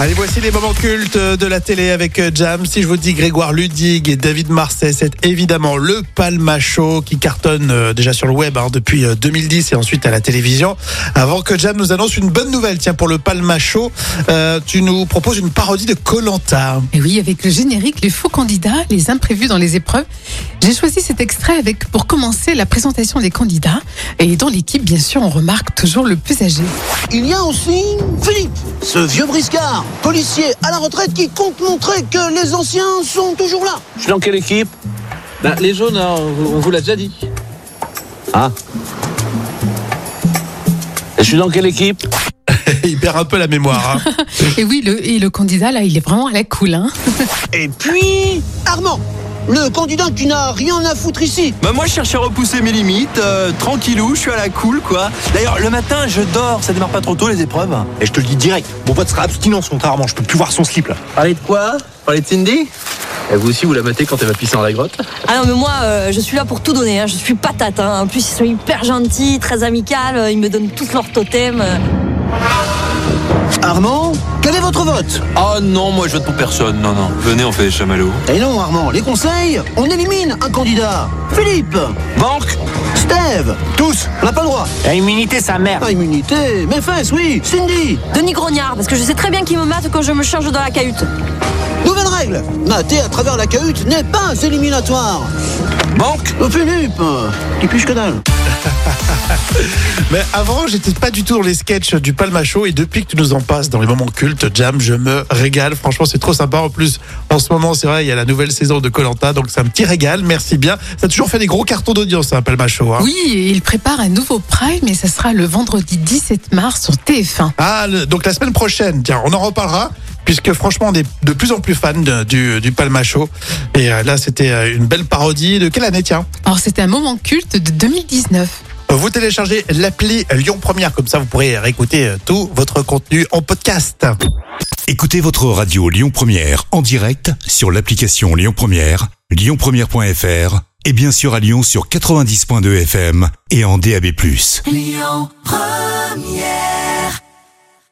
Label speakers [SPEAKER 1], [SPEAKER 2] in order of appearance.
[SPEAKER 1] Allez, voici les moments cultes de la télé avec euh, Jam. Si je vous dis Grégoire Ludig et David Marseille, c'est évidemment le Palmacho qui cartonne euh, déjà sur le web hein, depuis euh, 2010 et ensuite à la télévision. Avant que Jam nous annonce une bonne nouvelle, tiens, pour le Palmacho, euh, tu nous proposes une parodie de Colanta.
[SPEAKER 2] Et oui, avec le générique, les faux candidats, les imprévus dans les épreuves. J'ai choisi cet extrait avec, pour commencer, la présentation des candidats. Et dans l'équipe, bien sûr, on remarque toujours le plus âgé.
[SPEAKER 3] Il y a aussi Philippe, ce vieux briscard, policier à la retraite qui compte montrer que les anciens sont toujours là.
[SPEAKER 4] Je suis dans quelle équipe Ben, Les jaunes, hein, on vous- on vous l'a déjà dit. Ah Et Je suis dans quelle équipe
[SPEAKER 1] Il perd un peu la mémoire. hein.
[SPEAKER 2] Et oui, le, et le candidat, là, il est vraiment à la cool. Hein
[SPEAKER 3] Et puis Armand, le candidat qui n'a rien à foutre ici.
[SPEAKER 5] Bah moi je cherche à repousser mes limites, euh, tranquillou, je suis à la cool quoi. D'ailleurs le matin je dors, ça démarre pas trop tôt les épreuves.
[SPEAKER 6] Et je te le dis direct, mon vote sera abstinence contrairement, je peux plus voir son slip là.
[SPEAKER 4] Parlez de quoi Parlez de Cindy Et Eh, vous aussi vous la matez quand elle va pisser dans la grotte
[SPEAKER 7] Ah non, mais moi, euh, je suis là pour tout donner. hein. Je suis patate. hein. En plus, ils sont hyper gentils, très amicales. euh, Ils me donnent tous leurs totems. euh.
[SPEAKER 3] Armand, quel est votre vote
[SPEAKER 5] Ah non moi je vote pour personne, non non. Venez on fait des chamallows.
[SPEAKER 3] Et Eh non Armand, les conseils, on élimine un candidat. Philippe,
[SPEAKER 5] Banque
[SPEAKER 3] Steve, tous, on n'a pas le droit.
[SPEAKER 6] La immunité sa mère
[SPEAKER 3] Ah, immunité, mes fesses, oui, Cindy.
[SPEAKER 7] Denis Grognard, parce que je sais très bien qu'ils me matent quand je me change dans la cahute.
[SPEAKER 3] Nouvelle règle, mater à travers la cahute n'est pas éliminatoire.
[SPEAKER 5] Banque
[SPEAKER 3] Philippe, qui piche que dalle.
[SPEAKER 1] Mais avant, j'étais pas du tout dans les sketchs du Palmacho et depuis que tu nous en passes dans les moments cultes, Jam, je me régale. Franchement, c'est trop sympa. En plus, en ce moment, c'est vrai, il y a la nouvelle saison de Colanta, donc c'est un petit régal. Merci bien. Ça a toujours fait des gros cartons d'audience, hein, Palmacho. hein.
[SPEAKER 2] Oui, et il prépare un nouveau prime et ça sera le vendredi 17 mars sur TF1.
[SPEAKER 1] Ah, le- donc la semaine prochaine, tiens, on en reparlera. Puisque franchement, on est de plus en plus fan de- du, du Palmacho. Et euh, là, c'était euh, une belle parodie. De quelle année, tiens
[SPEAKER 2] Alors, c'est un moment culte de 2019.
[SPEAKER 1] Vous téléchargez l'appli Lyon Première, comme ça vous pourrez réécouter euh, tout votre contenu en podcast.
[SPEAKER 8] Écoutez votre radio Lyon Première en direct sur l'application Lyon Première, lyonpremière.fr et bien sûr à Lyon sur 90.2 FM et en DAB+.